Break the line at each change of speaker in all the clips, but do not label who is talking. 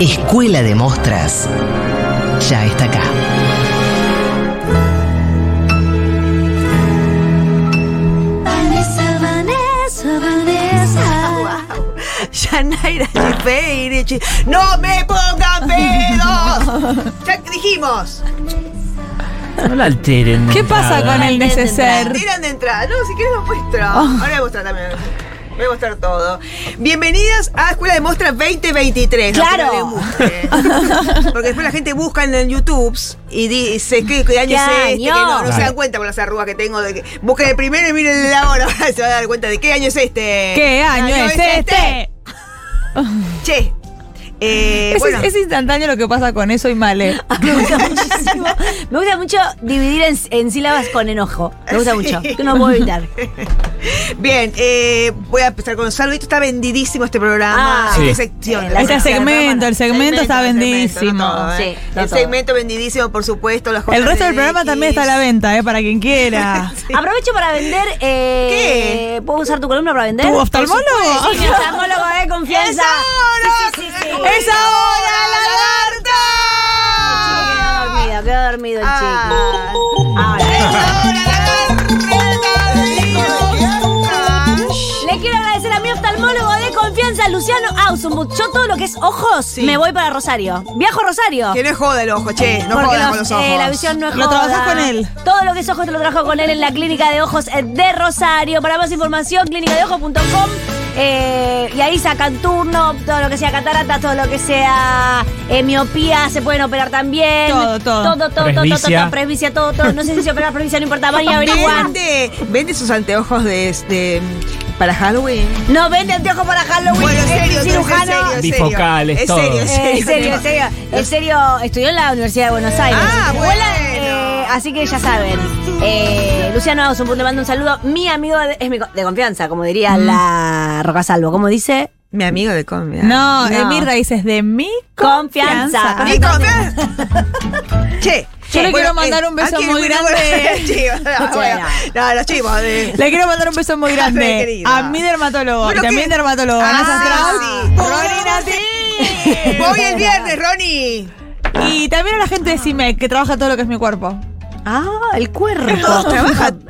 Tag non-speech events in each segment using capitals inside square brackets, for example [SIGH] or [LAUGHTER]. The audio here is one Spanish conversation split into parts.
Escuela de Mostras ya está acá.
Vanessa, Vanessa, Vanessa.
Yanaira Chifeiri, chi- ¡No me pongan
[LAUGHS]
pedos! Ya dijimos,
No la alteren.
¿Qué pasa con el neceser?
tiran de entrada. No, si quieres lo muestro.
Ah.
Ahora voy a mostrar también. Voy a mostrar todo. Bienvenidas a Escuela de Mostra 2023. no
Claro.
que no le
[LAUGHS]
guste. Porque después la gente busca en el YouTube y dice qué, qué año
¿Qué
es este, que
año?
no, no se dan
Claro.
cuenta por las arrugas que tengo. De que, busquen el primero y miren el de ahora. [LAUGHS] Se van a dar cuenta de qué año es este.
[LAUGHS] ¿Qué año es
Eh,
este?
Che. Eh,
Es,
bueno.
es instantáneo lo que pasa con eso y eh.
[LAUGHS]
Male.
Me gusta muchísimo. Me gusta mucho dividir en, en sílabas con enojo. Me gusta
Sí.
mucho. Que no puedo evitar.
Bien, eh, voy a empezar con un saludito. Está vendidísimo este
Ah,
programa. Este
Sí.
sección.
Este
verdad.
segmento, el segmento está
el segmento,
vendidísimo.
no todo, ¿eh?
Sí, no
el
todo.
segmento vendidísimo, por supuesto. Los
El resto del
JDX.
programa también está a la venta, eh, para
[LAUGHS]
quien quiera.
Aprovecho para vender. eh, ¿Puedo usar tu columna para vender?
¿Tu oftalmólogo?
Sí,
[LAUGHS]
mi oftalmólogo de
¡Es
confianza.
ahora!
Sí, sí, sí, sí.
¡Es
Quedó
ahora, lagarta!
dormido, quedó dormido el chico.
Ah. ¡Es
Ahora. eh.
ahora, lagarta!
Le quiero agradecer a mi oftalmólogo de confianza, Luciano Ausenbut. Yo todo lo que es ojos, me voy para Rosario. Viajo a Rosario.
Que no joda el ojo, che. No
Porque
jodas
los-
con los ojos.
eh, la visión no es
Lo
joda.
trabajás con él.
Todo lo que es ojos te lo trabajo con él en la clínica de ojos eh, de Rosario. Para más información, clínicadeojos.com. eh, y ahí sacan turno, todo lo que sea catarata, todo lo que sea eh, miopía, se pueden operar también.
Todo, todo.
Todo, todo, todo, todo, todo,
Presbicia.
presbicia, todo, todo. No sé si se opera presbicia, no importa,
[LAUGHS]
van y averiguan.
Vende, vende sus anteojos de, este, para Halloween.
No vende anteojos para Halloween.
Bueno, en
es
serio,
un
entonces, en
cirujano.
serio, en serio.
Bifocales,
En
todo.
[LAUGHS] serio,
Eh,
en serio.
en serio, en serio, en serio, estudió en la Universidad de Buenos Aires.
Ah,
Mi
bueno.
eh, así que ya saben. Eh, Luciano Ausenburg le mando un saludo. Mi amigo de, es mi co- de confianza, como diría la Roca Salvo. ¿Cómo dice?
Mi amigo de comida.
No.
No, eh, Mirta dices de mi
Confianza.
confianza.
Mi comida. [LAUGHS] che.
Yo le
bueno, eh,
quiero mandar un beso
aquí
muy
viene- [LAUGHS]
grande.
Chivos, no, bueno, no, los chivos. De...
[LAUGHS] Le quiero mandar un
[LAUGHS]
beso muy
Ay,
grande
querida.
a mi dermatólogo
Bueno,
y también
¿qué?
dermatólogo Vanessa
Ah,
Strauss.
sí. Ronnie Nati. Voy el viernes, Ronnie.
Y también a la gente de CIMEC, que trabaja todo lo que es mi cuerpo.
Ah, el cuerpo.
Todos trabajan.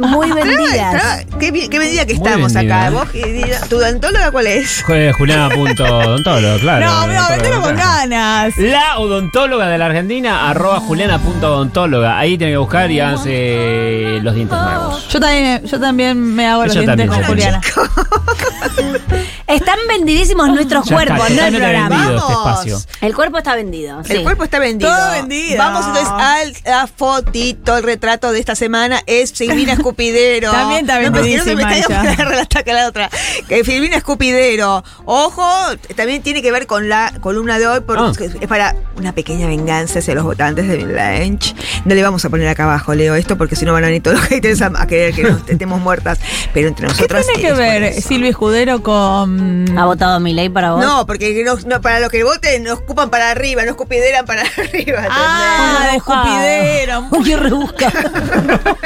Muy
Tra-
vendidas.
tra- Ah, Qué, bien- qué medida que
Muy ¿eh?
estamos
vendida.
acá. Vos, y- ¿Tu dentóloga cuál es?
Joder, eh, Juliana punto odontólogo, claro.
no, no, mételo con
claro.
ganas.
La odontóloga de la Argentina, arroba juliana punto odontóloga. Ahí tienen que buscar y háganse los dientes nuevos.
Yo también, yo también me hago los
Yo
dientes
también,
con
yo
Juliana.
Están vendidísimos nuestros
Ya está,
cuerpos, no el
totalmente
programa.
vendido este
Vamos.
espacio.
El cuerpo está vendido. sí.
El cuerpo está vendido.
Todo vendido.
Vamos entonces al, a fotito. El retrato de esta semana es
[LAUGHS]
Silvina Escupidero.
También está
No, porque si no se me
vendidísima
está
ella.
yendo [LAUGHS] una relata que la otra. Eh, Silvina Escupidero. Ojo, también tiene que ver con la columna de hoy porque
Ah.
es para una pequeña venganza hacia los votantes de Bill Lynch. No le vamos a poner acá abajo, Leo, esto porque si no van a venir todos los haters a, a querer que
[LAUGHS]
nos estemos muertas. Pero entre
¿Qué
nosotras.
tiene que
es por
ver
eso. Ah,
Silvia Escudero con.
¿Ha votado mi ley para vos?
No, porque no- no, para los que voten nos ocupan para arriba, no escupideran para [LAUGHS] arriba. ¿entendés?
Ah,
[LAUGHS]
de Escupidero.
Qué rebusca.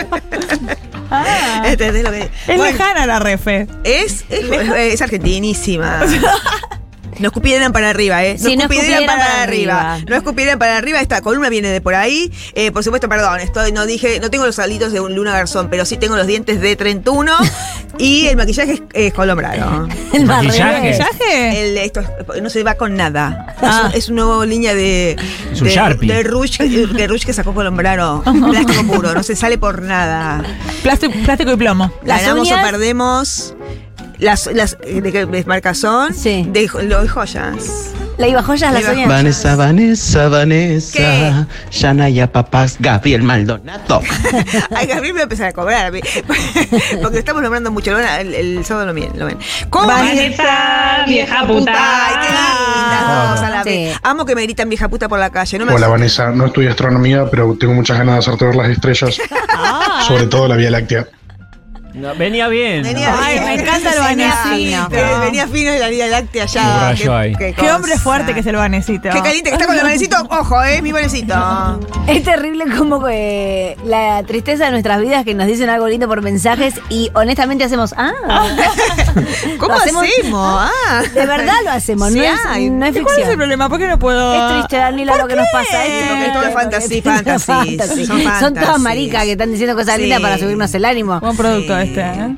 [LAUGHS] ¿Entendés lo que
Es
Bueno,
lejana la refe.
es, es, es argentinísima. No escupidieran para arriba, ¿eh? No
Sí, no
escupidieran
escupidieran
para,
para
arriba.
arriba.
No escupidieran para arriba. Esta columna viene de por ahí. Eh, por supuesto, perdón, estoy, no dije, no tengo los salitos de un Luna Garzón, pero sí tengo los dientes de 31 y el maquillaje es, es colombrano.
El barrio. [LAUGHS]
Maquillaje.
¿Maquillaje?
El, esto es- no se va con nada.
Ah.
Es, un- es una nueva línea de.
Es un
de,
Sharpie.
de Rouge, de Rouge que sacó Colombrano. Plástico puro, no se sale por nada.
Plástico, plástico y
[LAUGHS]
plomo.
Las
ganamos
uñas.
o perdemos. Las, las eh, de, qué- de marca son
Sí.
de, jo- lo- de joyas. [LAUGHS]
La iba joyas la
La Iba-
soñé.
Vanessa, Vanessa, Vanessa,
¿Qué?
Shania Papás, Gabriel Maldonado.
Ay, Gabriel me va a empezar a cobrar. a mí. [LAUGHS] Porque estamos nombrando mucho. Lo van a- el, el sábado lo ven. Lo ven. ¿Cómo?
Vanessa, vieja puta.
Ay, qué linda, dos a la
Sí.
vez. Amo que me gritan vieja puta por la calle. No me
Hola
asustes.
Vanessa, no estudio astronomía, pero tengo muchas ganas de hacerte ver las estrellas, sobre todo la Vía Láctea.
No, venía bien.
Venía,
Ay,
venía-
me encanta el
[LAUGHS] venía
Vanesino.
fino. Venía fino de la Vía Láctea ya.
Un rayo ahí.
[LAUGHS] Qué hombre
cosa.
fuerte que es el vanecito.
Qué caliente que está con el vanecito. Ojo, eh, mi vanecito.
Es terrible como eh, la tristeza de nuestras vidas que nos dicen algo lindo por mensajes y honestamente hacemos, [LAUGHS] ah,
¿Cómo
Lo hacemos-
hacemos? Ah.
de verdad lo hacemos,
Sí
no, es,
hay.
no es
¿Y ¿Cuál es el
ficción.
problema? ¿Por qué no puedo?
Es triste, Danila, lo que nos pasa. Es
Porque
triste,
todo es
lo que-
fantasy,
todo es
fantasy.
[LAUGHS] fantasy.
Son
Son todas
fantasy.
maricas que están diciendo cosas
Sí.
lindas para subirnos el ánimo.
Buen producto
Sí.
este, ¿eh?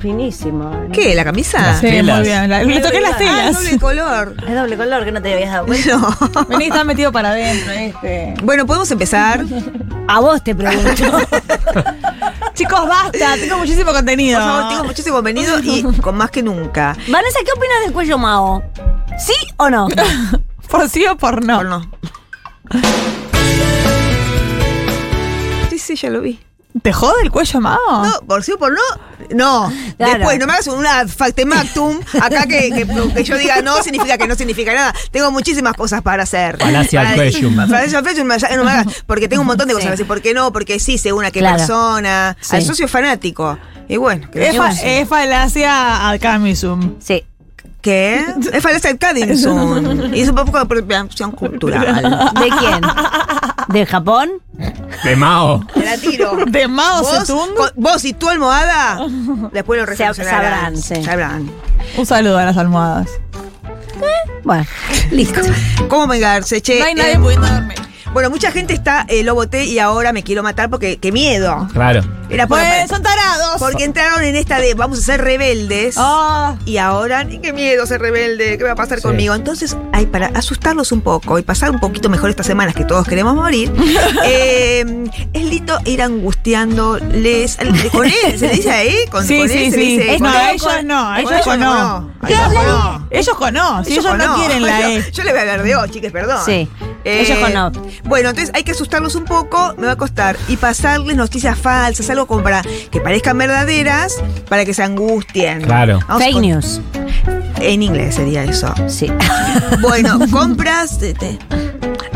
Finísimo. ¿no?
¿Qué? ¿La camisa?
Sí,
telas.
muy bien. La- le toqué las
Ah,
telas.
doble color.
[LAUGHS] Es doble color que no te [LAUGHS] habías dado cuenta.
Ah, No.
[LAUGHS] Vení, está metido para adentro este.
Bueno, podemos empezar.
A vos te pregunto. [LAUGHS]
Chicos, basta. [LAUGHS] Tengo muchísimo contenido.
Por favor, tengo muchísimo venido y con más que nunca.
Vanessa, ¿qué opinas del cuello Mao? ¿Sí o [LAUGHS] no?
¿Por sí o por no?
¿O no? Sí, sí, ya lo vi.
¿Te jode el cuello, Mao?
No, por sí o por no, no.
Ah. Claro.
Después, no me hagas una factemactum acá que, que, que yo diga no significa que no significa nada. Tengo muchísimas cosas para hacer.
Falacia
Para-
al Fecium.
Falacia al Fecium, ya no me
[LAUGHS]
hagas, porque tengo un montón de cosas.
Sí.
para decir, ¿Por qué no? Porque sí, según a qué
Claro.
persona.
Sí. eh.
Al socio fanático. Y bueno,
Es,
¿qué?
fa- es falacia al camisum.
Sí.
¿Qué? Es falacia
[LAUGHS]
al Cadinson. Y es un poco de apropiación cultural.
¿De quién? ¿De Japón?
De Mao.
Te la tiro.
[LAUGHS] De Mao
Vos,
Zedong.
con- vos y tu almohada, después lo
Se- sabrán,
reflexionarán.
sí.
Sabrán.
Un saludo a las almohadas.
Bueno, listo.
¿Cómo vengarse, che?
No hay
Eh,
nadie pudiendo dormir.
Bueno, mucha gente está, eh, lo voté y ahora me quiero matar porque qué miedo.
Claro.
Era por-
Pues son tarados.
porque entraron en esta de vamos a ser rebeldes.
Ah,
Y ahora, ni qué miedo ser rebelde, qué va a pasar
Sí.
conmigo. Entonces, ay, para asustarlos un poco y pasar un poquito mejor estas semanas que todos queremos
[LAUGHS]
morir, eh, es lindo ir angustiándoles. al- Con él, se le dice ahí, con,
Sí,
con
sí,
él se le
sí.
dice.
Es
con
no,
él,
ellos
con-
no,
con
ellos no.
Ay, ellos no.
ellos con no. Si ellos,
con
no quieren la E.
Yo, yo le voy a hablar de O, chicas, perdón.
Sí.
Eh,
Ellos con no.
Bueno, entonces hay que asustarlos un poco, me va a costar, y pasarles noticias falsas, algo como para que parezcan verdaderas, para que se angustien.
Claro.
Vamos
Fake
con-
news.
En inglés sería
[LAUGHS]
eso. [LAUGHS]
Sí.
Bueno, compras. te- te-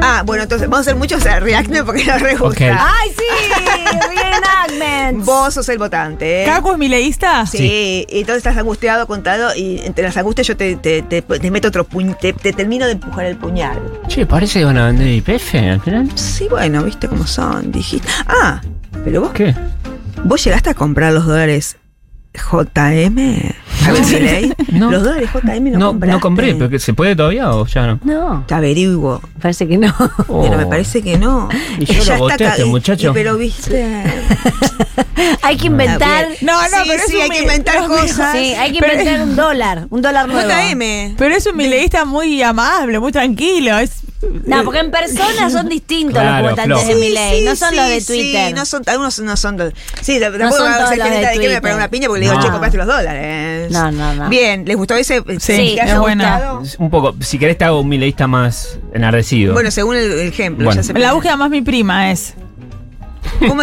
Ah, bueno, entonces vamos a hacer muchos reacciones porque nos re gusta.
Ok.
¡Ay, sí! Reenactments.
Vos sos el votante. ¿eh?
¿Caco es mileísta?
Sí, y entonces estás angustiado, contado, y entre las angustias yo te, te- te- te meto otro puño, te, te termino de empujar el puñal.
Che, parece que van a vender IPF al final.
Sí, bueno, viste cómo son, dijiste. Ah, pero vos,
¿Qué?
vos llegaste a comprar los dólares JM. A ver si leí.
No.
Los dólares JM no,
No,
compraste.
no compré, pero que- ¿se puede todavía o ya no?
No,
Te averiguo.
parece que
[LAUGHS]
no.
Pero me parece que no.
[LAUGHS] Y yo lo
Ya está
voté a este
ca- y-
muchacho.
y pero viste.
Hay
Ah,
que inventar.
No, no,
Sí,
pero es
sí,
un
hay que
mi-
inventar
no,
cosas.
Sí, hay que
Pero-
inventar un dólar. Un dólar nuevo.
JM.
[LAUGHS] Pero es un mileísta muy amable, muy tranquilo. Es,
No, porque en persona
[LAUGHS]
son distintos
Claro,
los votantes
flojo.
de
Sí,
Milei. no son
sí,
los de
sí,
Twitter.
no son, algunos no son. de- Sí, tampoco
son
me va a
todos
hacer
los de
de, que me
Twitter.
pegar una piña porque le digo,
No.
che, compraste los dólares.
No, no, no.
Bien, ¿les gustó ese?
Sí,
¿Te ha
es bueno.
gustado?
Un poco, si querés te hago un mileísta más enardecido.
Bueno, según el el ejemplo.
Bueno.
ya se-
la búsqueda más mi prima es.
¿Cómo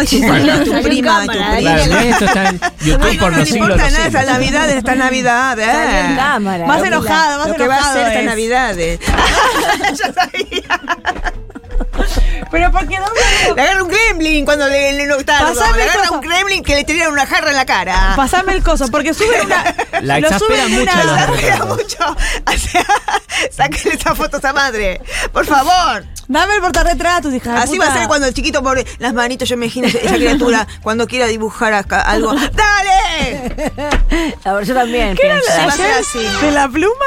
[LAUGHS]
es que
Bueno.
tu
Hay un
prima, tu
cámara,
prima?
claro, esto está en YouTube
Ay, no,
por
no
los
le
siglos. de
importa
los
nada
siglos.
esta
[LAUGHS]
Navidad, esta Navidad.
Salió en
eh.
cámara.
Más
Lula.
enojada, más
Lo que va a
enojado
ser esta
es.
Navidad. [LAUGHS] ya sabía.
Pero porque no
Le agarra un gremlin cuando le, le no está.
Pasame
Le agarra
cosa.
un gremlin que le tiraron una jarra en la cara. [LAUGHS]
Pasame el coso, porque suben una.
La
lo
exasperan
suben
mucho
una-
los
Me da mucho. O sea, [LAUGHS] sáquenle esa foto a esa madre. Por favor.
Dame el portarretratos, hija. de
Así
Ah, puta.
va a ser cuando el chiquito pobre. Las manitos, yo me imagino esa
[LAUGHS]
criatura cuando quiera dibujar acá algo. ¡Dale! [LAUGHS]
A ver, yo también.
¿Qué era
pienso.
la
va a
de
ser
ayer?
así.
¿De la pluma?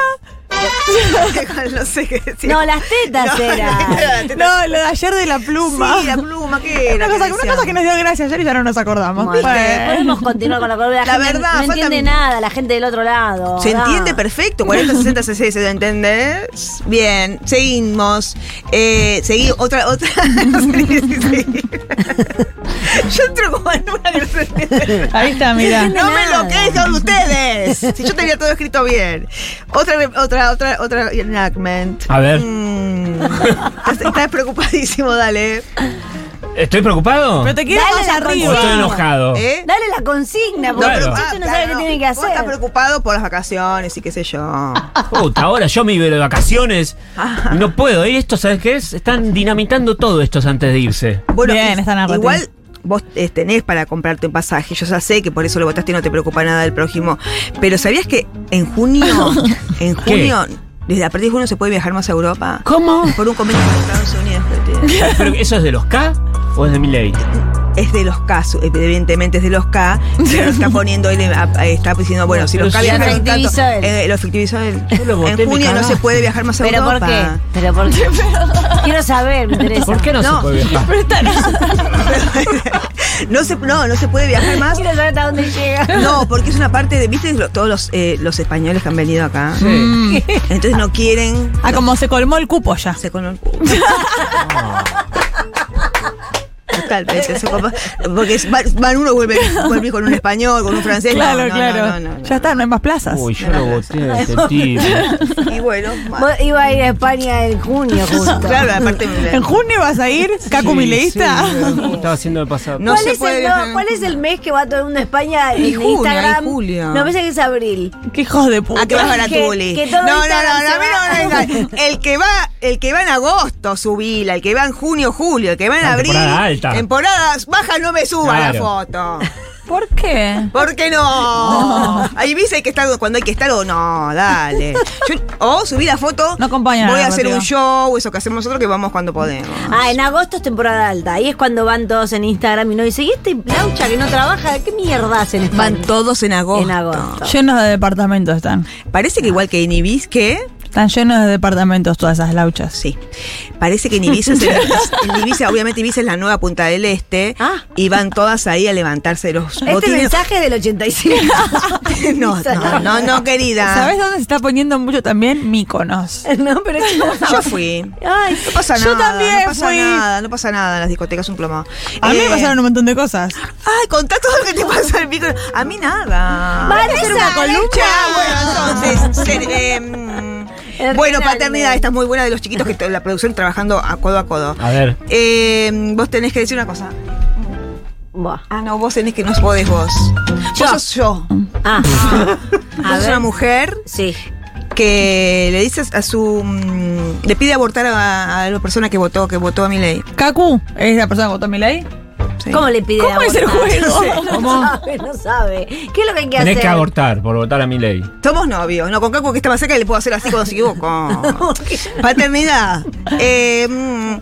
no sé qué decir.
No, las tetas
No,
eran.
la teta-
No, lo de ayer de la pluma.
Sí, la pluma. Uma, ¿qué era
Una cosa,
que
una cosa que nos dio gracia ayer y ya no nos acordamos.
Bueno,
Bueno.
Podemos continuar con la columna. La,
La
gente
verdad,
no
falta-
entiende nada la gente del otro lado. Ah.
Se
¿verdad?
entiende perfecto, 40, 60, 60, ¿se entiende? Bien, seguimos. Eh, seguí, otra, otra. [LAUGHS] Sí, sí, sí. Yo entro como en una que-
Ahí está, [LAUGHS] mira.
No me
nada.
lo quejan ustedes. Si yo tenía todo escrito bien. Otra, otra, otra, otra enactment.
A ver.
Mm. Estás, estás preocupadísimo, dale.
¿Estoy preocupado?
Pero te quedas
Dale
más
la
¿O
arriba.
consigna.
estoy enojado?
¿Eh?
Dale la consigna,
No,
porque
Claro.
el
Ah,
chiste no sabe qué tiene que
Vos estás
hacer.
preocupado por las vacaciones y qué sé yo.
Puta, ahora yo me iba de vacaciones. No puedo. ¿Y esto, sabes qué es? Están dinamitando todo estos antes de irse.
Bueno,
Bien,
y-
esta narrativa.
igual vos eh, tenés para comprarte un pasaje. Yo ya sé que por eso lo votaste y no te preocupa nada del prójimo. Pero ¿sabías que en junio,
[LAUGHS]
en
¿Qué?
junio, desde a partir de junio se puede viajar más a Europa?
¿Cómo?
Por un convenio con Estados Unidos. Petty.
[LAUGHS] Pero, ¿Eso es de los K o es de mi ley?
Es de los K, su- evidentemente es de los K, pero está poniendo él, eh, a- a- está diciendo, bueno, si
Pero
los K
si lo
viajaron tanto,
efectivizó él.
eh, lo efectivizó él.
Yo lo voté,
En
me
junio no
cagaste.
se puede viajar más a
¿Pero por
Europa.
qué? ¿Pero por
[LAUGHS]
qué? Quiero saber, me interesa.
¿Por qué no, se
No.
puede viajar?
[LAUGHS] no, se, no, no se puede viajar más
Quiero saber hasta dónde llega.
No, porque es una parte de, ¿viste? Lo- Todos los, eh, los españoles que han venido acá.
Sí.
Entonces no quieren.
Ah, como se colmó el cupo ya.
Se con... Totalmente. se copa- porque es- van- van uno, vuelve, vuelve con un español, con un francés. No,
Claro,
no, no,
claro.
no, no, no.
Ya está, no hay más plazas.
Uy, yo lo voté a este tipo.
Y bueno,
Vos Iba a ir a España en junio, justo.
[LAUGHS] claro, aparte.
En junio vas a ir, Cacu
Sí,
Mileísta.
sí, ¿cómo estaba haciendo de pasado?
No
¿Cuál,
se
es
puede
el, no-
viajar en
cuál es el mes que va todo el mundo a España en
Y junio,
Instagram?
y julio.
No, pensé que es abril.
[LAUGHS] Qué hijos de puta.
¿A qué Ah, vas a la
Que-
Tuli?
que
no,
todo
no, no, no,
Instagram se
a mí
va.
no, no, no, El que va, el que va en agosto, subila. El que va en junio, julio. El que va en
La
abril.
temporada alta.
Temporadas bajas, no me suba la
Claro.
foto.
¿Por qué?
¿Por qué no? Ahí viste hay que estar cuando hay que estar o no, dale. Yo- o subí la foto.
No acompaña
Voy a
nada,
hacer un
Rodrigo.
show, eso que hacemos nosotros que vamos cuando podemos.
Ah, en agosto es temporada alta. Ahí es cuando van todos en Instagram y no dice, ¿y este laucha que no trabaja? ¿Qué mierda hacen en España?
Van todos en agosto.
En agosto.
Llenos de departamentos están.
Parece que igual que en Ibiza, ¿qué?
Están llenos de departamentos todas esas lauchas.
Sí. Parece que en Ibiza, es el- [LAUGHS] en Ibiza, obviamente Ibiza es la nueva punta del este.
Ah.
Y van todas ahí a levantarse de los
Este
botines. [LAUGHS]
mensaje es del 85.
no, no, no, no, querida.
¿Sabes dónde se está poniendo mucho también? Míconos.
[LAUGHS] no, pero es como...
[LAUGHS] Yo fui.
Ay,
Eh, No pasa nada.
Yo también
no pasa
fui.
nada, no pasa nada en las discotecas un plomo.
A mí
Eh,
me pasaron un montón de cosas.
Ay, contá todo lo que te pasó en el micro. A mí nada.
¿Van a hacer una columna?
Ya, bueno,
[LAUGHS]
entonces. se- eh, mm,
El
bueno,
final,
paternidad,
eh.
esta es muy buena de los chiquitos que t- la producción trabajando a codo a codo.
A ver.
Eh, vos tenés que decir una cosa.
Buah.
Ah, no, vos tenés que no podés vos.
Yo.
Vos sos yo.
Ah, a
Vos sos
ver.
una mujer
Sí.
que le dices a su. mm, le pide abortar a, a la persona que votó, que votó a mi ley.
Cacu es la persona que votó mi ley.
¿Cómo le pide
¿Cómo es el
abortar?
juego?
No sabe, no sabe. ¿Qué es lo que hay que hacer?
Tenés que abortar por votar a mi ley.
Somos novios. No, con Caco que está más cerca le puedo hacer así cuando se
[LAUGHS]
equivoco. Paternidad. Eh, mm,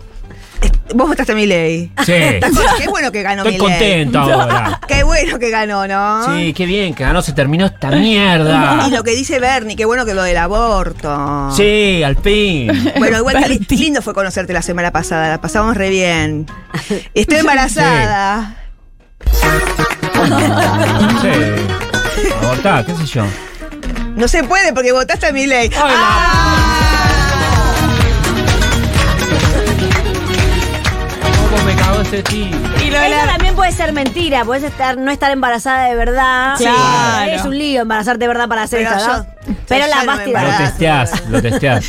est- vos votaste a mi ley.
Sí.
Qué bueno que ganó
Eh. Estoy
mi [LAUGHS]
contento ahora.
Qué bueno que ganó, ¿no?
Sí, qué bien, que ganó, se terminó esta
[LAUGHS]
mierda.
Y lo que dice Bernie, qué bueno que lo del aborto.
Sí, al fin.
Bueno, igual que li-
Bernie.
lindo fue conocerte la semana pasada, la pasamos re bien. Estoy embarazada.
Sí. Abortá, qué sé yo.
No se puede porque votaste a mi ley. Ah.
Ay, la- ¿Cómo me cagó este tío?
Y lo de
Eso
la-
también puede ser mentira, puedes estar, no estar embarazada de verdad.
Sí. Claro.
Es un lío embarazarte de verdad para hacer
Pero
eso, ¿no?
yo-
pero
yo
la
no
más
me
Lo
embarazo.
tirada.
testeás,
[LAUGHS]
lo testeás.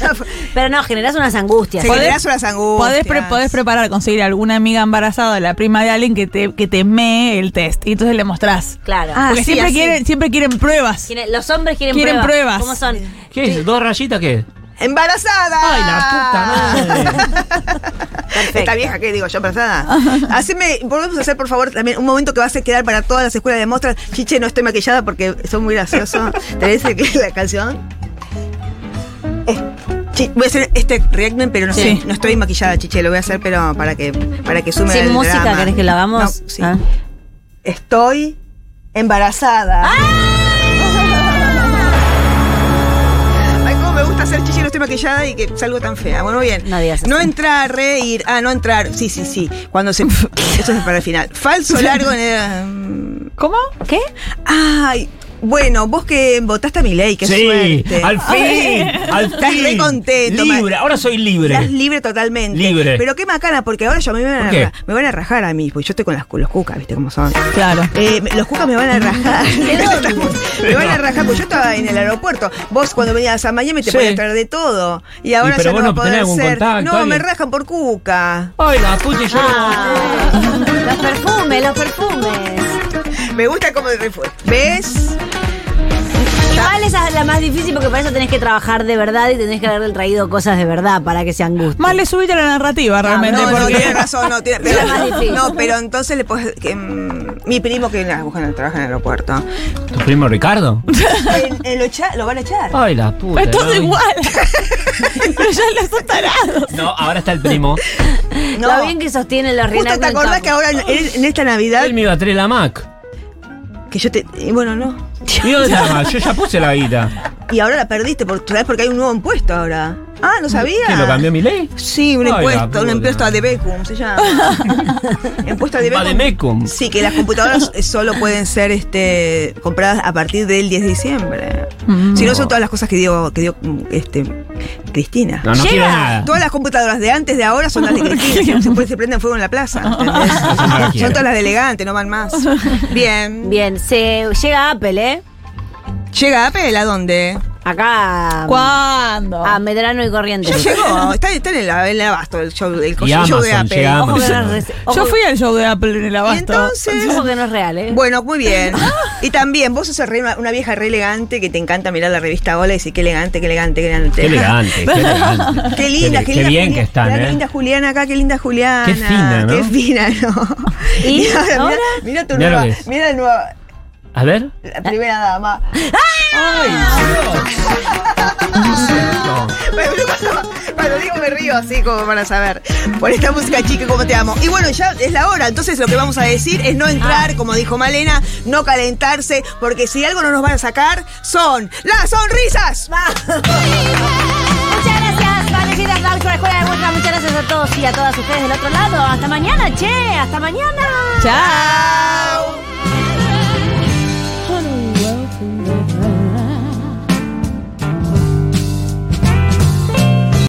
Pero no, generás unas angustias.
Se
Podés-
generas unas angustias.
Podés, pre- podés preparar, conseguir alguna amiga embarazada, la prima de alguien que te, que te mee el test. Y entonces le mostrás.
Claro.
Ah,
Porque
sí,
siempre,
así.
quieren, siempre quieren pruebas.
Quieren- Los hombres quieren,
Quieren
pruebas.
pruebas.
¿Cómo son?
¿Qué es? ¿Dos rayitas qué es?
¡Embarazada!
¡Ay, la puta madre!
[LAUGHS] Perfecto.
Esta vieja que digo
[LAUGHS]
yo, embarazada. Haceme, volvemos a hacer, por favor, también un momento que vas a quedar para todas las escuelas de mostras. Chiche, no estoy maquillada porque son
[LAUGHS]
muy graciosos. ¿Tenés que- la canción? Eh, chi- Voy a hacer este reactment, pero no,
Sí.
sé, no estoy maquillada, Chiche. Lo voy a hacer, pero para que, para que sume
Sin
al
música,
drama.
¿querés que lo hagamos?
No, sí.
Ah.
Estoy embarazada. [LAUGHS] Ay, cómo me gusta hacer ser chiche no estoy maquillada y que salgo tan fea. Bueno, muy bien.
No digas eso.
No entrar, reír. Ah, no entrar. Sí, sí, sí. Cuando se. Eso es para el final. Falso largo en el- um,
¿Cómo?
¿Qué?
Ay. Bueno, vos que votaste a mi ley, qué
sí,
suerte.
al
[LAUGHS]
fin, al fin.
Estás re contento,
Libre,
Mar-
ahora soy
Estás
libre.
libre totalmente.
Libre.
Pero qué macana, porque ahora yo me van a,
¿Por qué?
ra- me van a rajar a mí, porque yo estoy con las, con los cucas, ¿viste cómo son?
Claro.
Eh, me- los cucas me [LAUGHS] van a rajar. me van a rajar, porque yo estaba en el aeropuerto. Vos cuando venías a Miami te
Sí.
podías traer de todo. Y ahora
Y pero
ya no
vos
va a
no tenés
poder
algún
ser.
contacto,
no, me
alguien.
rajan por cuca.
Ay, la puta y yo.
Ah, los perfumes, los perfumes.
Me gusta cómo te fue. ¿Ves?
Igual esa es la más difícil porque para eso tenés que trabajar de verdad y tenés que haberle traído cosas de verdad para que se angustien.
Más le subiste la narrativa realmente.
No, no,
porque
tiene razón, no, [LAUGHS] tiene, pero,
Es más difícil.
no, pero entonces le puedes. que, mm, mi primo que la- bueno, trabaja en el aeropuerto.
¿Tu primo Ricardo?
Eh, eh, lo, echa- lo van a echar.
Ay, la puta.
[LAUGHS] es todo
no.
igual. Pero ya le son tarados.
No, ahora está el primo.
No.
Lo bien que sostienen los
Justo
Renato
te
del
acordás
Campo.
que ahora en, en- en esta Navidad
Él me iba a traer la Mac.
que yo te y bueno no
¿Y dónde está la Mac? Yo ya puse la guita.
y ahora la perdiste por sabes porque hay un nuevo impuesto ahora ah no sabía
¿Quién lo cambió mi ley?
sí un
Ay, la
impuesto un
puta.
impuesto a debecum se llama
[LAUGHS]
impuesto a debecum
Vademecum.
sí que las
[LAUGHS]
computadoras solo pueden ser este compradas a partir del 10 de diciembre
Mm.
si no son todas las cosas que dio que dio mm, este Cristina
No, no
Llega.
quiero nada.
Todas las computadoras de antes, de ahora, son las de Cristina. se, se prenden fuego en la plaza. ¿entendés?
[LAUGHS] Eso no la quiero.
Son todas las de elegante, no van más. Bien.
Bien, se llega Apple, ¿eh?
¿Llega Apple a dónde?
Acá
¿Cuándo?
a Medrano y
Ya
Corrientes.
llegó, está, está en, el, en el abasto el show, el show
Amazon,
de Apple.
llega
Ojo que no
Amazon.
es re-
Yo
ojo-
fui al show de Apple en el
Y
abasto.
entonces,
ojo que no es real, ¿eh?
bueno, muy bien. Y también, vos sos el rey- una, una vieja re elegante que te encanta mirar la revista Hola y decir qué elegante, qué elegante, qué elegante.
Qué elegante, qué
[LAUGHS]
elegante.
Qué linda, qué,
Qué
linda.
bien
Juli-
que están,
Mirá Qué
¿eh?
linda Juliana acá, qué linda Juliana.
Qué fina, ¿no?
Qué fina, ¿no?
¿Y
Mirá, mirá-
ahora?
mirá tu
Mirá lo
nueva,
que es.
mirá la nueva,
A ver.
la primera dama.
¡Ay, [LAUGHS] Dios!
Bueno, cuando, cuando digo me río así como para saber. Por esta música chica, como te amo. Y bueno, ya es la hora, entonces lo que vamos a decir es
Ah.
no entrar, como dijo Malena, no calentarse, porque si algo no nos van a sacar son las sonrisas.
Muchas gracias, Valentina Clark, por la Escuela de Música. Muchas gracias a todos y a todas ustedes del otro lado. Hasta mañana, che. Hasta mañana.
Chao.
Chao.